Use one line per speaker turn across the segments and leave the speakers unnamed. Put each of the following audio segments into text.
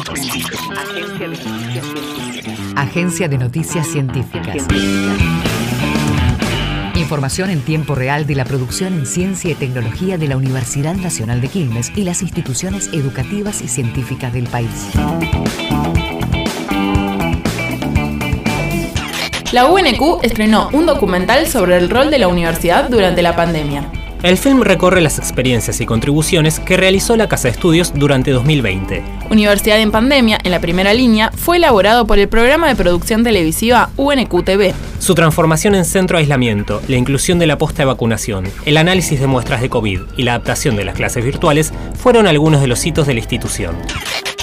Agencia de noticias científicas.
Agencia de Noticias Científicas. Información en tiempo real de la producción en ciencia y tecnología de la Universidad Nacional de Quilmes y las instituciones educativas y científicas del país.
La UNQ estrenó un documental sobre el rol de la universidad durante la pandemia.
El film recorre las experiencias y contribuciones que realizó la Casa de Estudios durante 2020.
Universidad en Pandemia, en la primera línea, fue elaborado por el programa de producción televisiva UNQ-TV.
Su transformación en centro de aislamiento, la inclusión de la posta de vacunación, el análisis de muestras de COVID y la adaptación de las clases virtuales fueron algunos de los hitos de la institución.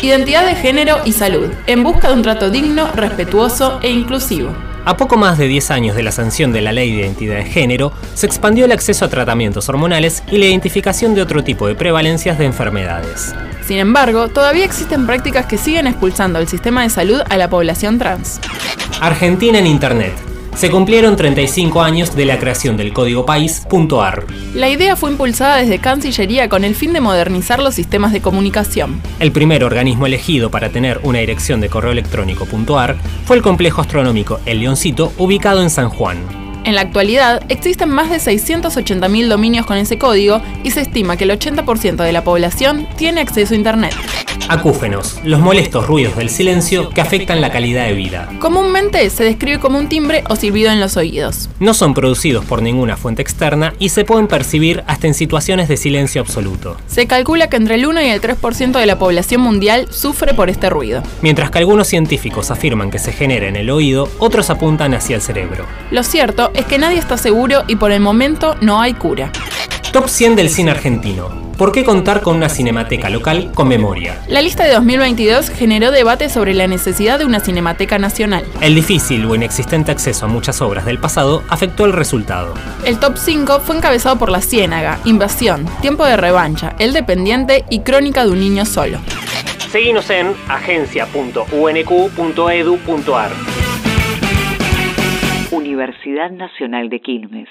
Identidad de género y salud, en busca de un trato digno, respetuoso e inclusivo.
A poco más de 10 años de la sanción de la Ley de Identidad de Género, se expandió el acceso a tratamientos hormonales y la identificación de otro tipo de prevalencias de enfermedades.
Sin embargo, todavía existen prácticas que siguen expulsando al sistema de salud a la población trans.
Argentina en Internet. Se cumplieron 35 años de la creación del código país.ar.
La idea fue impulsada desde Cancillería con el fin de modernizar los sistemas de comunicación.
El primer organismo elegido para tener una dirección de correo electrónico .ar fue el complejo astronómico El Leoncito, ubicado en San Juan.
En la actualidad existen más de 680.000 dominios con ese código y se estima que el 80% de la población tiene acceso a Internet.
Acúfenos, los molestos ruidos del silencio que afectan la calidad de vida.
Comúnmente se describe como un timbre o silbido en los oídos.
No son producidos por ninguna fuente externa y se pueden percibir hasta en situaciones de silencio absoluto,
Se calcula que entre el 1 y el 3% de la población mundial sufre por este ruido.
mientras que algunos científicos afirman que se genera en el oído, otros apuntan hacia el cerebro.
Lo cierto es que nadie está seguro y por el momento no hay cura.
Top 100 del cine argentino. ¿Por qué contar con una cinemateca local con memoria?
La lista de 2022 generó debate sobre la necesidad de una cinemateca nacional.
El difícil o inexistente acceso a muchas obras del pasado afectó el resultado.
El top 5 fue encabezado por La Ciénaga, Invasión, Tiempo de Revancha, El Dependiente y Crónica de un Niño Solo.
Seguinos en E agencia.unq.edu.ar.
Universidad Nacional de Quilmes.